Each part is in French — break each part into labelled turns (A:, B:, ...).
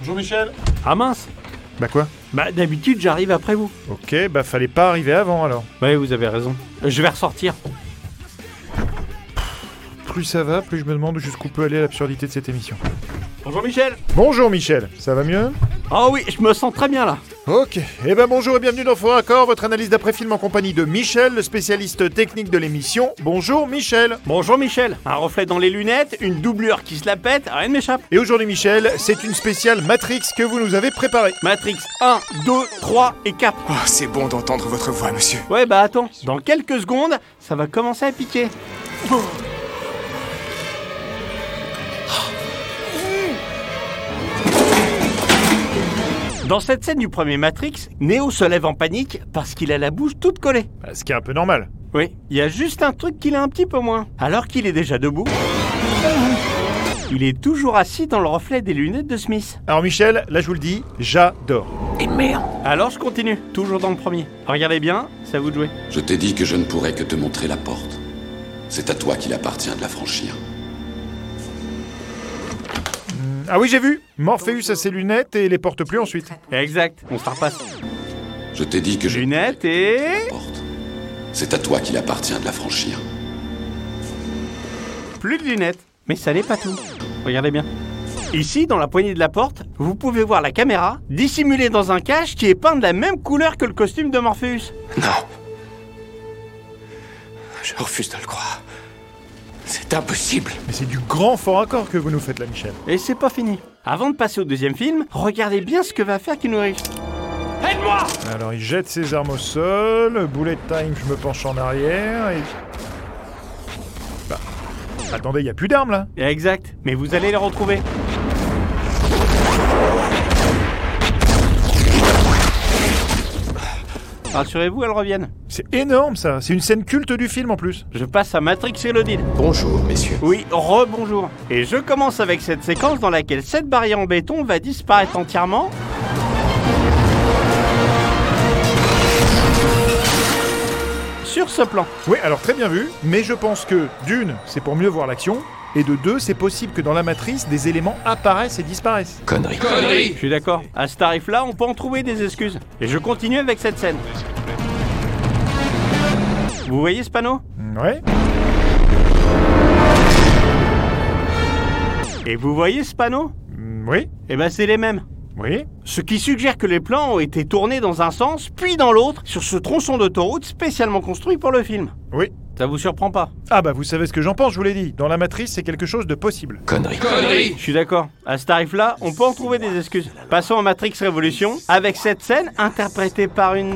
A: Bonjour Michel.
B: Ah mince
C: Bah quoi
B: Bah d'habitude j'arrive après vous.
C: Ok, bah fallait pas arriver avant alors.
B: Ouais, vous avez raison. Euh, Je vais ressortir.
C: Plus ça va, plus je me demande jusqu'où peut aller l'absurdité de cette émission.
B: Bonjour Michel
C: Bonjour Michel, ça va mieux
B: Ah oui, je me sens très bien là.
C: Ok, eh ben bonjour et bienvenue dans Faux Accord, votre analyse d'après-film en compagnie de Michel, le spécialiste technique de l'émission. Bonjour Michel
B: Bonjour Michel Un reflet dans les lunettes, une doublure qui se la pète, rien ne m'échappe.
C: Et aujourd'hui Michel, c'est une spéciale Matrix que vous nous avez préparée.
B: Matrix 1, 2, 3 et 4.
D: Oh, c'est bon d'entendre votre voix, monsieur.
B: Ouais bah attends, dans quelques secondes, ça va commencer à piquer. Dans cette scène du premier Matrix, Neo se lève en panique parce qu'il a la bouche toute collée.
C: Bah, ce qui est un peu normal.
B: Oui, il y a juste un truc qu'il a un petit peu moins. Alors qu'il est déjà debout, il est toujours assis dans le reflet des lunettes de Smith.
C: Alors Michel, là je vous le dis, j'adore.
B: Alors je continue, toujours dans le premier. Regardez bien, c'est à vous de jouer.
E: Je t'ai dit que je ne pourrais que te montrer la porte. C'est à toi qu'il appartient de la franchir.
C: Ah oui j'ai vu Morpheus a ses lunettes et les porte plus ensuite.
B: Exact, on se la repasse.
E: Je t'ai dit que je...
B: Lunettes et...
E: Porte. C'est à toi qu'il appartient de la franchir.
B: plus de lunettes. Mais ça n'est pas tout. Regardez bien. Ici, dans la poignée de la porte, vous pouvez voir la caméra dissimulée dans un cache qui est peint de la même couleur que le costume de Morpheus.
D: Non. Je refuse de le croire. C'est impossible.
C: Mais c'est du grand fort accord que vous nous faites là Michel.
B: Et c'est pas fini. Avant de passer au deuxième film, regardez bien ce que va faire Kinurix.
C: Alors il jette ses armes au sol, bullet time, je me penche en arrière et... Bah, Attendez, il a plus d'armes là
B: Exact. Mais vous allez les retrouver. Rassurez-vous, elles reviennent.
C: C'est énorme ça, c'est une scène culte du film en plus.
B: Je passe à Matrix Reloaded.
D: Bonjour, messieurs.
B: Oui, rebonjour. Et je commence avec cette séquence dans laquelle cette barrière en béton va disparaître entièrement. Sur ce plan.
C: Oui, alors très bien vu, mais je pense que d'une, c'est pour mieux voir l'action, et de deux, c'est possible que dans la matrice, des éléments apparaissent et disparaissent.
D: Conneries.
B: Je suis d'accord. À ce tarif-là, on peut en trouver des excuses. Et je continue avec cette scène. Vous voyez ce panneau
C: Ouais
B: Et vous voyez ce panneau
C: Mm, Oui
B: Eh ben, c'est les mêmes.
C: Oui
B: Ce qui suggère que les plans ont été tournés dans un sens, puis dans l'autre, sur ce tronçon d'autoroute spécialement construit pour le film.
C: Oui
B: Ça vous surprend pas
C: Ah bah vous savez ce que j'en pense, je vous l'ai dit. Dans la matrice, c'est quelque chose de possible.
D: Conneries.
B: Je suis d'accord. À ce tarif-là, on peut en trouver des excuses. Passons à Matrix Révolution, avec cette scène interprétée par une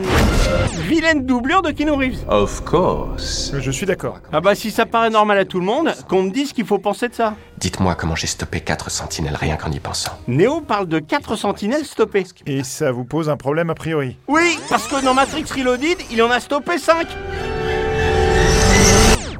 B: vilaine doublure de Keanu Reeves.
F: Of course.
C: Je suis d'accord.
B: Ah bah si ça paraît normal à tout le monde, qu'on me dise ce qu'il faut penser de ça.
D: Dites-moi comment j'ai stoppé quatre sentinelles rien qu'en y pensant.
B: Neo parle de 4 sentinelles stoppées.
C: Et ça vous pose un problème a priori.
B: Oui, parce que dans Matrix Reloaded, il en a stoppé 5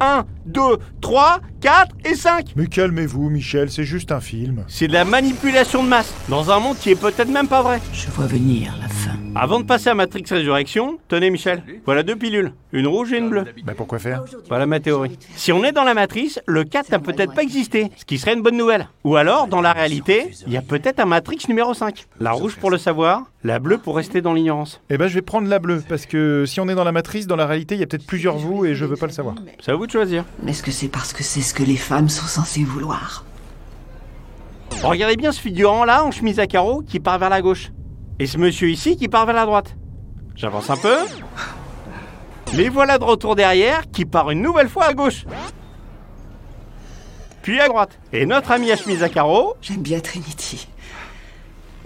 B: 1, 2, 3, 4 et 5
C: Mais calmez-vous, Michel, c'est juste un film.
B: C'est de la manipulation de masse, dans un monde qui est peut-être même pas vrai.
G: Je vois venir la fin.
B: Avant de passer à Matrix Résurrection, tenez Michel, voilà deux pilules, une rouge et une bleue.
C: Bah pourquoi faire
B: Voilà ma théorie. Si on est dans la matrice, le 4 n'a peut-être pas existé, ce qui serait une bonne nouvelle. Ou alors, dans la réalité, il y a peut-être un Matrix numéro 5. La rouge pour le savoir, la bleue pour rester dans l'ignorance.
C: Eh ben je vais prendre la bleue, parce que si on est dans la matrice, dans la réalité, il y a peut-être plusieurs vous et je veux pas le savoir.
B: C'est à vous de choisir.
G: Est-ce que c'est parce que c'est ce que les femmes sont censées vouloir
B: Regardez bien ce figurant là en chemise à carreaux qui part vers la gauche. Et ce monsieur ici qui part vers la droite. J'avance un peu. Les voilà de retour derrière qui part une nouvelle fois à gauche. Puis à droite. Et notre ami à chemise à carreaux
G: J'aime bien Trinity.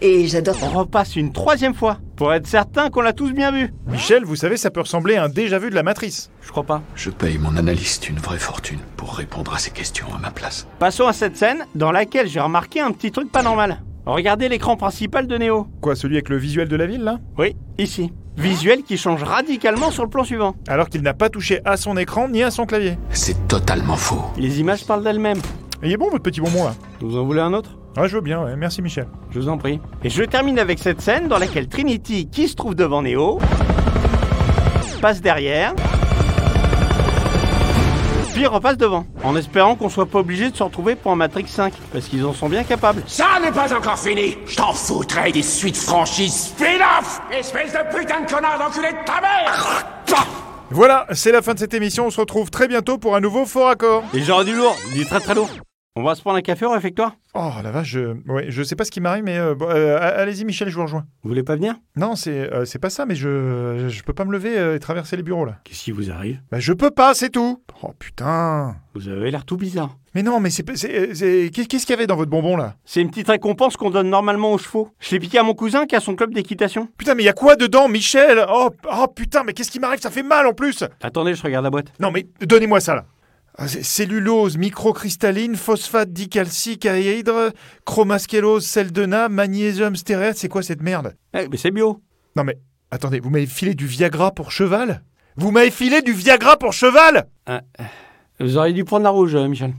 G: Et j'adore.
B: On repasse une troisième fois, pour être certain qu'on l'a tous bien vu.
C: Michel, vous savez, ça peut ressembler à un déjà-vu de la matrice.
B: Je crois pas.
E: Je paye mon analyste une vraie fortune pour répondre à ces questions à ma place.
B: Passons à cette scène dans laquelle j'ai remarqué un petit truc pas normal. Regardez l'écran principal de Neo.
C: Quoi, celui avec le visuel de la ville, là
B: Oui, ici. Visuel qui change radicalement sur le plan suivant.
C: Alors qu'il n'a pas touché à son écran ni à son clavier.
E: C'est totalement faux.
B: Les images parlent d'elles-mêmes.
C: Il est bon votre petit bonbon là
B: Vous en voulez un autre
C: Ouais, je veux bien, ouais. merci Michel.
B: Je vous en prie. Et je termine avec cette scène dans laquelle Trinity, qui se trouve devant Neo, passe derrière, Puis il repasse devant, en espérant qu'on soit pas obligé de se retrouver pour un Matrix 5, parce qu'ils en sont bien capables.
D: Ça n'est pas encore fini Je t'en foutrais des suites franchises spin-off Espèce de putain de connard d'enculé de ta mère
E: Ah, bah.
C: Voilà, c'est la fin de cette émission. On se retrouve très bientôt pour un nouveau fort accord.
B: Et genre du lourd, du très très lourd. On va se prendre un café au réfectoire
C: Oh la vache, je, ouais, je sais pas ce qui m'arrive, mais euh, bon, euh, a- allez-y Michel, je vous rejoins.
B: Vous voulez pas venir
C: Non, c'est euh, c'est pas ça, mais je, je peux pas me lever euh, et traverser les bureaux là.
B: Qu'est-ce qui vous arrive
C: Bah je peux pas, c'est tout. Oh putain.
B: Vous avez l'air tout bizarre.
C: Mais non, mais c'est pas- c'est- c'est- qu'est- qu'est-ce qu'il y avait dans votre bonbon là
B: C'est une petite récompense qu'on donne normalement aux chevaux. Je l'ai piqué à mon cousin qui a son club d'équitation.
C: Putain, mais il y a quoi dedans, Michel oh, oh putain, mais qu'est-ce qui m'arrive Ça fait mal en plus.
B: Attendez, je regarde la boîte.
C: Non, mais donnez-moi ça là. Ah, c'est- Cellulose, microcristalline, phosphate dicalcique, aéhydre, chromascellose, seldena, magnésium stéréate, c'est quoi cette merde
B: Eh, mais c'est bio.
C: Non mais, attendez, vous m'avez filé du Viagra pour cheval Vous m'avez filé du Viagra pour cheval
B: Vous auriez dû prendre la rouge, euh, Michel.